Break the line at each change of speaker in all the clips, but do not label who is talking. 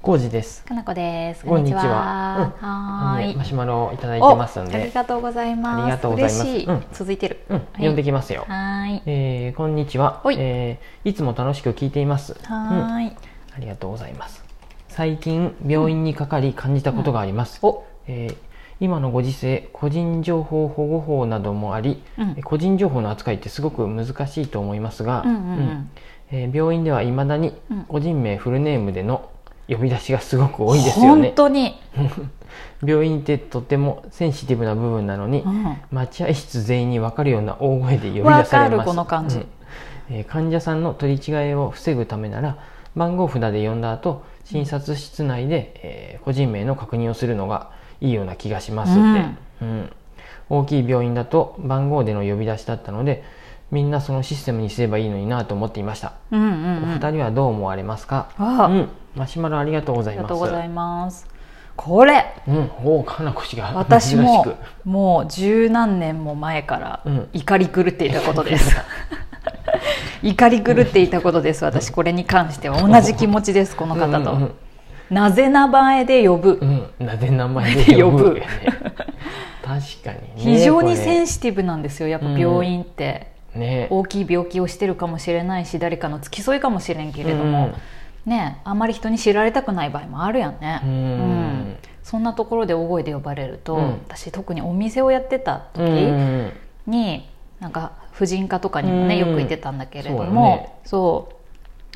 コウジです。
かなこです。
こんにちは
は
あの
ーい。
マシュマロをいただいて
お
ますん
あり
で、
がとうございます。
ありがとうございます
嬉しい。
うん
続いてる。
うん、
い
呼んできますよ。
はーい。
えー、こんにちは
ほい。
えー、いつも楽しく聞いています。うん、あ
はーい。
りがとうございます。最近病院にかかり感じたことがあります。
お、
えー今のご時世、個人情報保護法などもあり、
うん
個人情報の扱いってすごく難しいと思いますが、
うんうん
う
う
ん
ん。
えー病院ではいまだに
うん
個人名フルネームでの呼び出しがすごく多いですよ
本
ね
当に。
病院ってとてもセンシティブな部分なのに
うん
待合室全員に分かるような大声で呼び出
わ
さ
か
れ
る
ます
この感じ
うんえー患者さんの取り違えを防ぐためなら番号札で呼んだ後診察室内で、えー個人名の確認をするのがいいような気がしますって、うん大きい病院だと番号での呼び出しだったのでみんなそのシステムにすればいいのになと思っていました、
うんうんう
お
ん。
二人はどう思われますか
あ
う
ー、
ん、マシュマロありがとうござ
あ
い
りが
ます
とうございます。これ、
うん、おおかなこ氏が
私
珍し
も
く
もう十何年も前から
うん
怒り狂っていたこと です。怒り狂っていたことです。私これに関しては同じ気持ちです。この方
うんう
と
ん。
なぜ名前で呼ぶ
う。ん、なぜ名前 で呼ぶよね確かにね
非常にセン
シ
シティブなんですよやっぱ病院って、
ね
大きい病気をしてるかもしれないし誰かの付き添いかもしれんけれども、ねあんまり人に知られたくない場合もあるやんね、
うん
うんそんなところで大声で呼ばれると、
うん
私特にお店をやってた
う
時
んうん
に、なんか婦人科とかにもね、
うん
よく行ってたんだけれど
そうだ
も
ね
そ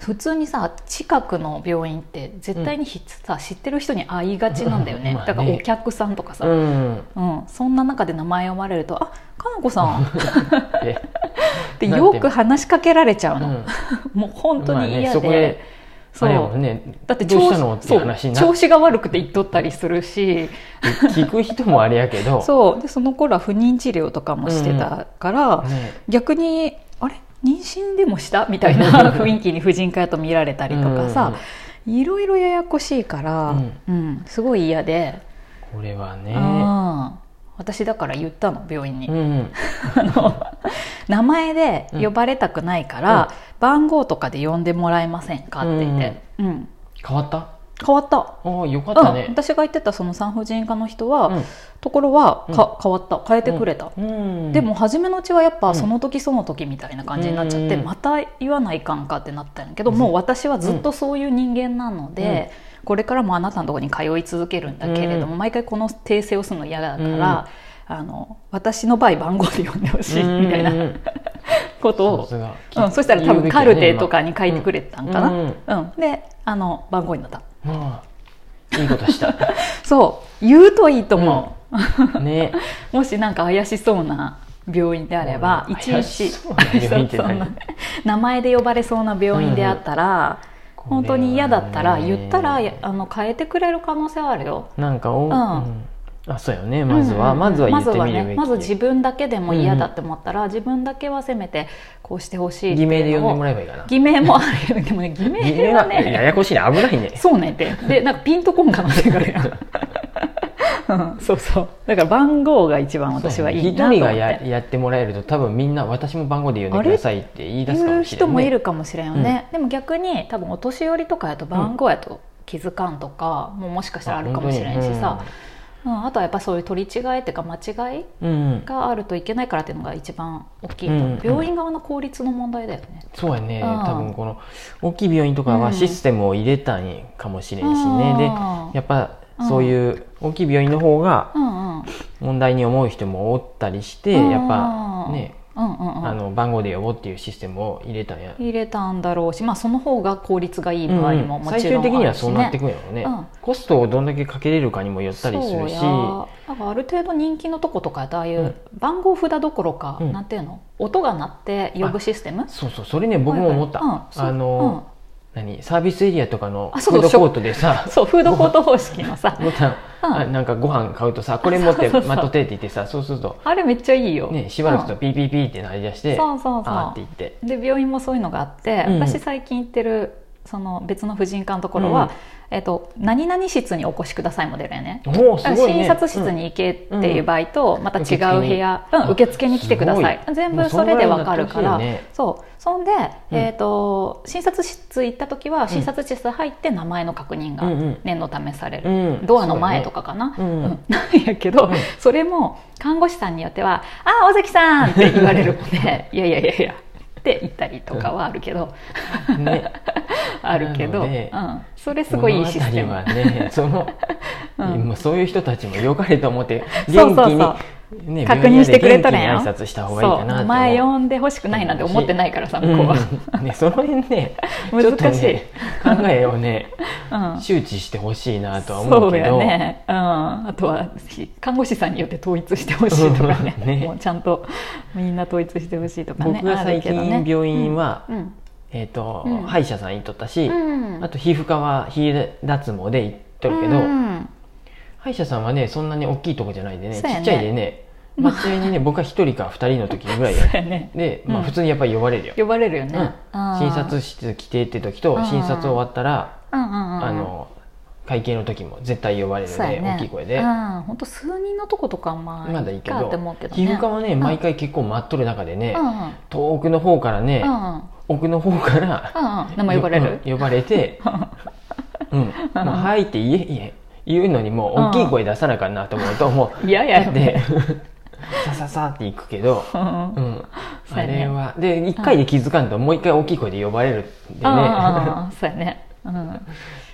う,、普通にさ近くの病院って絶対にひ、さ知ってる人に会いがちなんだよね,、
まあね
だからお客さんとかさ、
うん
うん、そんな中で名前を呼ばれると「あかなこさ ん」っ
で
て
なんて
よく話しかけられちゃう
う
の、
ん
もう 本当
まあ
に
ね
嫌で,、
そこで
そう
あれやもんね
だって
どう
調
し
子
たのって話にな
そう
っ
調子が悪くて言っとったりするして
聞く人もあれやけど
そうでその頃は不妊治療とかもしてたから、
ね
逆に「あれ妊娠でもした?」みたいな雰囲気に婦人科やと見られたりとかさ、いろいろややこしいから、
うん
うんすごい嫌で、
これはね
うん私だから言ったの病院に。
うん
あの名前で呼ばれたくないから、番号とかで呼んでもらえませんかって言って、うん
変わった
変わった。
ああよかった
うん、
ね
私が言ってたその産婦人科の人は、
うん
ところはか、変わった変えてくれた、
うん
でも初めのうちはやっ
う
ぱ
ん
その時その時みたいな感じになっちゃって、
うん
また言わないかんかってなったんやけど、もう私はずっとそういう人間なので、これからもあなたのところに通い続けるんだけれども、毎回この訂正をするの嫌だから、あの私の場合番号で呼んでほしいみたいな
うんうん
ことを
さすが
うん、そしたら多
言うべ
分
きだ
カ
ね
ルテとかに書いてくれたんかな、
う
うんんであの番号になった
まあいいことした
そう言うといいと思
ね
う、 もしなんか怪しそうな病院であれば
うん
いちい
怪し
ち
そうな病院って何
そんな名前で呼ばれそうな病院であったら、
うん
本当に嫌だった
こ
ら
れはね
言ったらやあの変えてくれる可能性はあるよ
なんかお、
うん
うんあそうよねまずは、
うんうん
まずは言ってみるべき、
まずはねまず自分だけでも嫌だって思ったら、自分だけはせめてこうしてほしいって
偽
い
名で
うの
呼ん
を
でもらえばいいかな
偽名もあるでもね偽
偽
名
名
は
は
ね
ややこしいね危ないね
そう ねって。で、なんかピンとこん可能性があるやん。うん、そうそう。だから番号が一番私はいいなと
一
思っ
人
て。
がややってもらえると多分みんな私も番号で呼んでくださいって言い出すか
言う
もしれ
人
ない、
もいるかもしれんよね。でも逆に多分お年寄りとかやと番号やと気づかんとか、もうもしかしたらあるかもしれんしさ、うんあとはやっぱそういう取り違えっていうか間違い
うん、うん
があるといけないからっていうのが一番大きいと、
うんうん
病院側の効率の問題だよね。
そうやね、
うん
多分この大きい病院とかはシステムを入れたんかもしれんしね、
うん
でやっぱそういう大きい病院の方が
うんうん。
問題に思う人もおったりして、
うん
やっぱね、
うんうんうん。
あの番号で呼ぼうっていうシステムを入れたんや
入れたんだろうし、まあ、その方が効率がいい場合もも
最
ちろ
終的
んあるし、ね
にはそうなってくんやろうね、
うん
コストをどんだけかけれるかにもよったりするし
そうやなんかある程度人気のとことかやとああい
うん
う番号札どころか、
うん
なんていうの音が鳴って呼ぶシステム
そうそうそれね僕も思った、
はいはいうんそう
あの、何サービスエリアとかの
あ
フ
そう
ード
そ
コ
う
ートでさ
うんそうフードコート方式 のさ
ボタン、
うん
あなんかご飯買うとさこれ持って
そうそうそう
待っとってって言ってさそうすると、
あれめっちゃいいよ、
ね、しばらくするとピーピーピーって鳴り出して、
そうそうそう
あーって言って
で病院もそういうのがあって、
うん
私最近行ってるその別の婦人科のところは、えっと、何々室にお越しくださいも出るよね。
おおすごい、ね、
診察室に行けっていう場合と、また違う部屋、うん受付に来てください
すごい
全部それでわかるか
も
ら
うそんぐらいになって
そうそんで、
うん
えー、と診察室行った時は診察室入って名前の確認が
うんうん
念のためされる、
うん
ドアの前とかかな、
そうだねうん
うん なんやけど、
うん
それも看護師さんによっては「ああ尾関さん!」って言われるもんね「 いやいやいやいや」って言ったりとかはあるけど、
ね
あるけど、
なので
うん、それすごいいいシステム。
物語はねその、
うん
もうそういう人たちも良かれと思って
そう
元気
そう
に
そう
ね
確認してくれとるんや
病院で元気に挨拶した方がいいかな
そう
と
名
思
前呼んでほしくないなんて思ってないからさ向こうは、
うんね、その辺ね
難し
ち
い
ょっとね考えをね
うん
周知してほしいなとは思
そうう
け
や
ど
ね、うん、あとはひ看護師さんによって統一してほしいとかね
ね
もうちゃんとみんな統一してほしいとかね
僕が最
あるけど
近
ね
病院は、
うん
えっ、と、
うん
歯医者さん行っとったし、
うん
あと皮膚科は非脱毛で行っとるけど、
うん
歯医者さんはねそんなに大きいとこじゃないでね
そうや
ち
ね
っちゃいでねまっちにね僕は一人か二人の時ぐらい
そ
や
うやね
で、ま
う
あ、
ん
普通にやっぱり呼ばれるよ、
呼ばれるよね、
うん
あー
診察室来てって時と
うん
診察終わったら、
うんうんうん
あの会計の時も絶対呼ばれるの
そう
で、
やね
大きい声で、
うんほんと数人のとことかまあ
まだいいけ
っか
ど
って思うけど、
皮
ね、
膚科はね
ん
毎回結構待っとる中でね、
うんうん
遠くの方からね、
うんうん
奥の方から、
うんうん名前呼ばれる
うん呼ばれ て「うん、まあ、はい」って言え言え言うのにもう大きい声出さなあかんなと思うともう
嫌や
だ
よ
って
ね
さささっていくけど、
うんうん
うん
そう
あ
やね
れはで一回で気づかんともう一回大きい声で呼ばれるんでね、
ああそうやね、うん、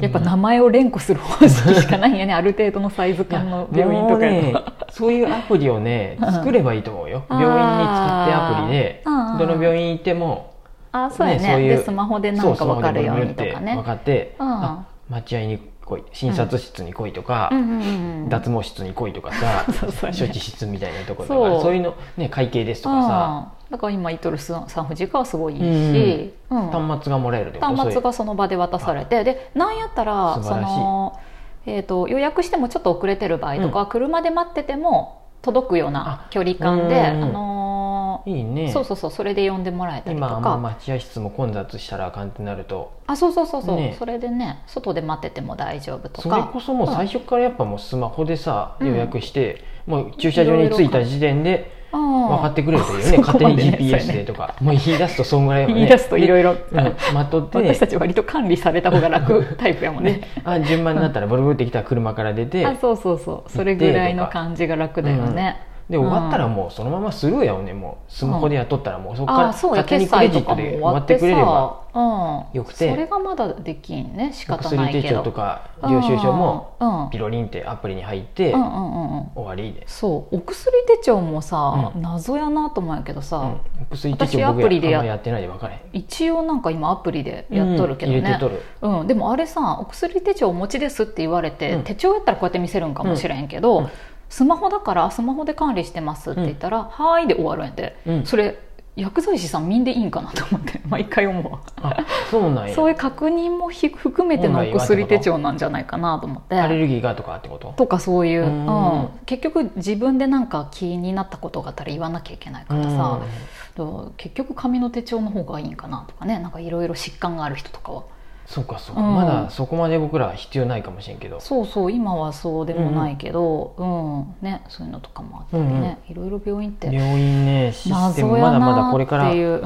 やっぱ名前を連呼する方式しかない んやねある程度のサイズ感の病院とかやと
もうねそういうアプリをね
うん
作ればいいと思うよ、
あー
病院に使ってアプリで
うん
どの病院行っても
あそうやね
ねそういう
でスマホでなんか分かるようにとかね
そうそうブルブルって分かって、
うん
あ待合に来い診察室に来いとか、
うんうんうん
脱毛室に来いとかさ
そうそうやね
処置室みたいなところとか
そ
そうういうの、ね、会計ですとかさ、
うんだから今言っとる産婦人科はすごいいいし、うん
端末がもらえるってこと
端末
そういう
がその場で渡されてでなんやったら
素
そ
晴らしい
の、えー、と予約してもちょっと遅れてる場合とか、車で待ってても届くような距離感で、
あ
あ
うんうん
のー
いいね
そうそうそうそれで呼んでもらえたりと
今
か
あんま待合室も混雑したらあかんってなると
あそうそうそうそう、
ね
それでね外で待ってても大丈夫と
それ
か
こそもう最初からやっぱもうスマホでさ、
うん
予約してもう駐車場に着いた時点で
分
分かってくれるというね、
うん
勝手に
そこまでね
GPS でとか、もう言い出すとそんぐらいよね
言い出すといろいろ
うん待っとって
私たち割と管理された方 が楽タイプやもんね
ねあ順番になったらブルブルってきたら車から出て、
あそうそうそうそれぐらいの感じが楽だよね、
で終わったらもうそのままスルーやもんねもうスマホでやっとったらもうそこから
あそうや
勝手
決
にクレ
済
ジ
と
ット
かも
で
終
終
わ
わ
っ
ってく
てさ
れれば
うん、
よくて
それがまだできんね仕方な
薬手
いけ
帳
ど
とか領収書も
うんうん
ピロリンってアプリに入って
う
終
んうんうん
わりで
そうお薬手帳もさ、
う
謎やなと思うんやけどさ、
うん薬手
私
帳
アプリ
僕
でや
やあんまやってないで分からへん
一応なんか今アプリでやっとるけどね、
うん入れて とる
うん、でもあれさお薬手帳お持ちですって言われて、
うん
手帳やったらこうやって見せるんかもしれへんけど、
うん
スマホだからスマホで管理してますって言ったら「はーい」で終わるんやで、
うん
それ薬剤師さん見んでいいんかなと思って毎回思うわ
あそうなんや
そういう確認もひ含めてのお薬手帳なんじゃないかなと思って
アレルギーがとかってこと
とかそういう、
う
うんん結局自分でなんか気になったことがあったら言わなきゃいけないからさ、と結局紙の手帳の方がいいんかなとかねなんかいろいろ疾患がある人とかは
そうかそうか、
うん
まだそこまで僕らは必要ないかもしれんけど
そうそう今はそうでもないけど、うんね、そういうのとかもあったりね、いろいろ病院って
病院ねシステム
謎
ま
や
だまだ
な
これから
ってい
変
う、うん、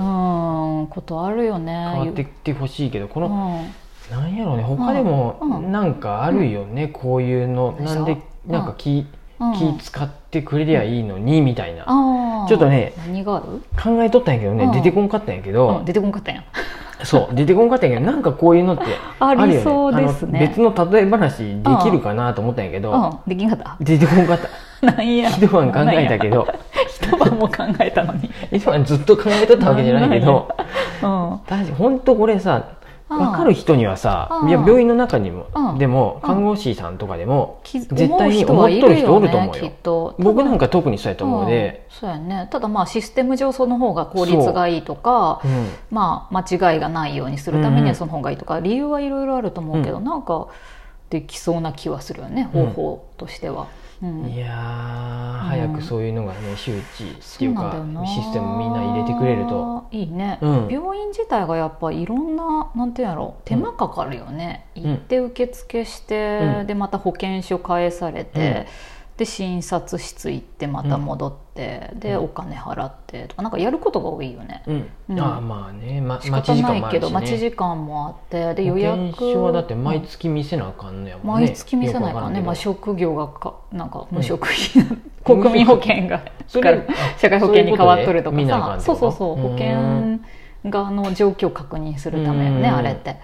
ことあるよね
わってきてほしいけどこ
う
の、
ん
なんやろうね他でも
うん
なんかあるよね、こういうの
でし
な
ょ
んで
うん
なんか気,、
うん
気使ってくれりゃいいのにみたいな、
あー
ちょっとね
何がある、
考えとったんやけどね、
うん
出てこんかったんやけど、
うん、出てこんかったやん
そう出てこんかったんやけどなんかこういうのって
あり
るよね
そうですね
あの別の例え話できるかなと思ったんやけど、
うん、できんかった
出てこんかった
なんや
一晩考えたけど
一晩も考えたのに、
一晩ずっと考えとったわけじゃないけど
うん、
確かに本当これさ
うん
分かる人にはさ
うん
いや病院の中にも
うん
でも
うん
看護師さんとかでも
き
絶対に思っとる人おると思う
きっ
よ
と
僕なん
か
か特にそうやと思うで
そうやねただまあシステム上その方が効率がいいとか
うん
まあ間違いがないようにするた
うん
めに
うん
はその方がいいとか、理由はいろいろあると思うけ
う
ど、なんかできそうな気はするよね
うん
方法としては、うん
いやー
うん
早くそういうのがね周知って
そ
いうう
なん
か
だよな
システムみんな入れてくれると
いいね、
うん
病院自体がやっぱいろんななんていうんやろ手間かかるよね、
ん
行って受付して、
うん
でまた保険証返されて、で診察室行ってまた戻って、で
うん
お金払ってとかなんかやることが多いよね、
うん、
うん
ああまあね、ま、
仕
待ち
方
時間
な
も
い
あ
け
る
ど
し
待ち
ね
時間もあってで
保
予
険
約
証はだって毎
うん
月見せなあかんのやもんね
毎月見せないからね、
よく
ま
わ
あ、
んけ
職業がかなんか
うん
無職費、 国民保険が
どそ
か
れ
ら社会保険に変わっとると
そう
か
いうことで見なあかん
さ
って
そ
こ
う
と
そうそう
うん
保険側の状況を確認するためよね
うん
あれって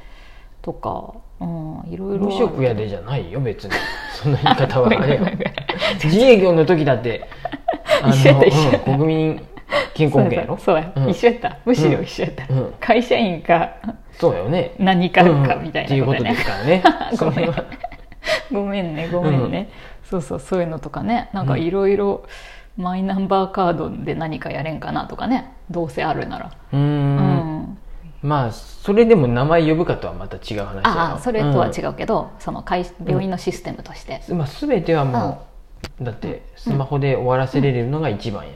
とか、うん、いろいろ
無職やで
じ
じゃないよ別にその言い方
ゃ
はあれよ 自営業の時だってあの
一緒やった一緒やった
うん国民健康保険やろ
そうや、
うん
一緒やったむし
う
ろ
ん
一緒やった、
うん
会社員か
そうだよね
何かかみた
う
い
んうんっていう
な
こ
ことと
で
ね
すからね
ごめん
それは
ごめんねごめんね、そうそうそういうのとかねなんかいろいろマイナンバーカードで何かやれんかなとかねどうせあるなら、
うー
うんん、
まあそれでも名前呼ぶかとはまた違う話だよ
ああそれとは違うけど、その会病院のシステムとして、
うんまあ、全てはもう、だってスマホで終わらせれるのが一番や、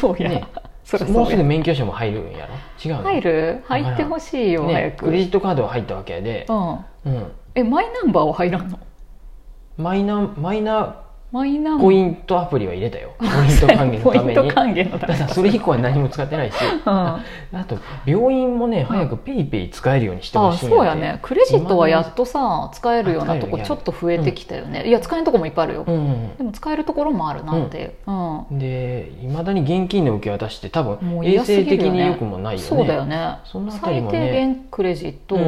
そうや、
ね
そりゃ
も
そうう
す
や
ぐ免許証も入るんやろ違うの
入る入ってほしいよ、
ね
早く、
クレジットカードは入ったわけやで、
うん、
うん、
えマイナンバーは入らんの
マイナマイナ
マイナンバー
ポイントアプリは入れたよポイント還元のため
ポイン
に
ト還元のた
た
めに
だそれ以降は何も使ってないし、
うん
ああと病院もね早くペイペイ使えるようにしてほ
あ
しいん
そう
て
やねクレジットはやっとさ使えるようなと
あ使
こ
える
ちょっと増えてきたよね、いや使えんとこもいっぱいあるよ、
うんうん
でも使えるところもあるなって、うん
うんでいまだに現金の受け渡しって多
も
分
う
衛
嫌す
生
ぎ
的
るよね
に良くもないよね
そうだよね
そのあたり
最
も
低
ね
限クレジット、
う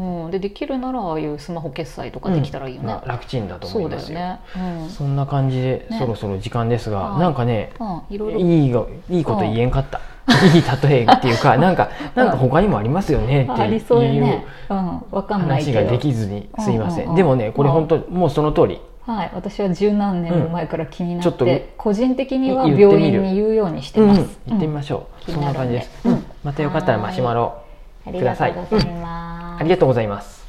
ん
うんでできるならああいうスマホ決済とかできたらいいよ
うん
ね、
まあ楽ちんだと思
そ
いう
だ
ま
よ
すよ
ね、うん
そんな感じで、
ね
そろそろ時間ですが、
はい
なんかね
うん、いろいろ
いいがいいこと言えんかった、 いい例えっていうかなんかなんか他にもありますよねって
あありそうや
い
ね
う、
うん、わかんない
話
け
が
ど
できずにすいません、
うんうんうん
でもねこれ本当もうその通り
はい、私は十何年も前から気になって、
うんちょっと
個人的には
言ってみる
病院に言うようにして
う
ま
ん
す、
行ってみ
うん
ましょう、
うん
そんな感じです、
気になるんで
うんまたよかったらマシュマロ
ありがとうございます、
ありがとうございます